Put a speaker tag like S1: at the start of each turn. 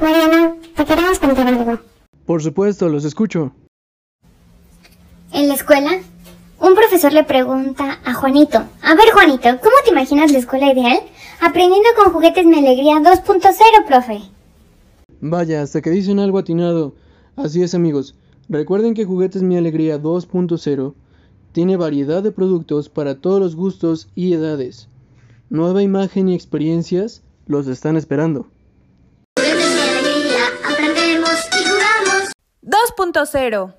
S1: Mariana, te queremos contar algo.
S2: Por supuesto, los escucho.
S1: En la escuela, un profesor le pregunta a Juanito, a ver Juanito, ¿cómo te imaginas la escuela ideal? Aprendiendo con juguetes mi alegría 2.0, profe.
S2: Vaya, hasta que dicen algo atinado. Así es, amigos. Recuerden que Juguetes Mi Alegría 2.0 tiene variedad de productos para todos los gustos y edades. Nueva imagen y experiencias los están esperando.
S3: 2.0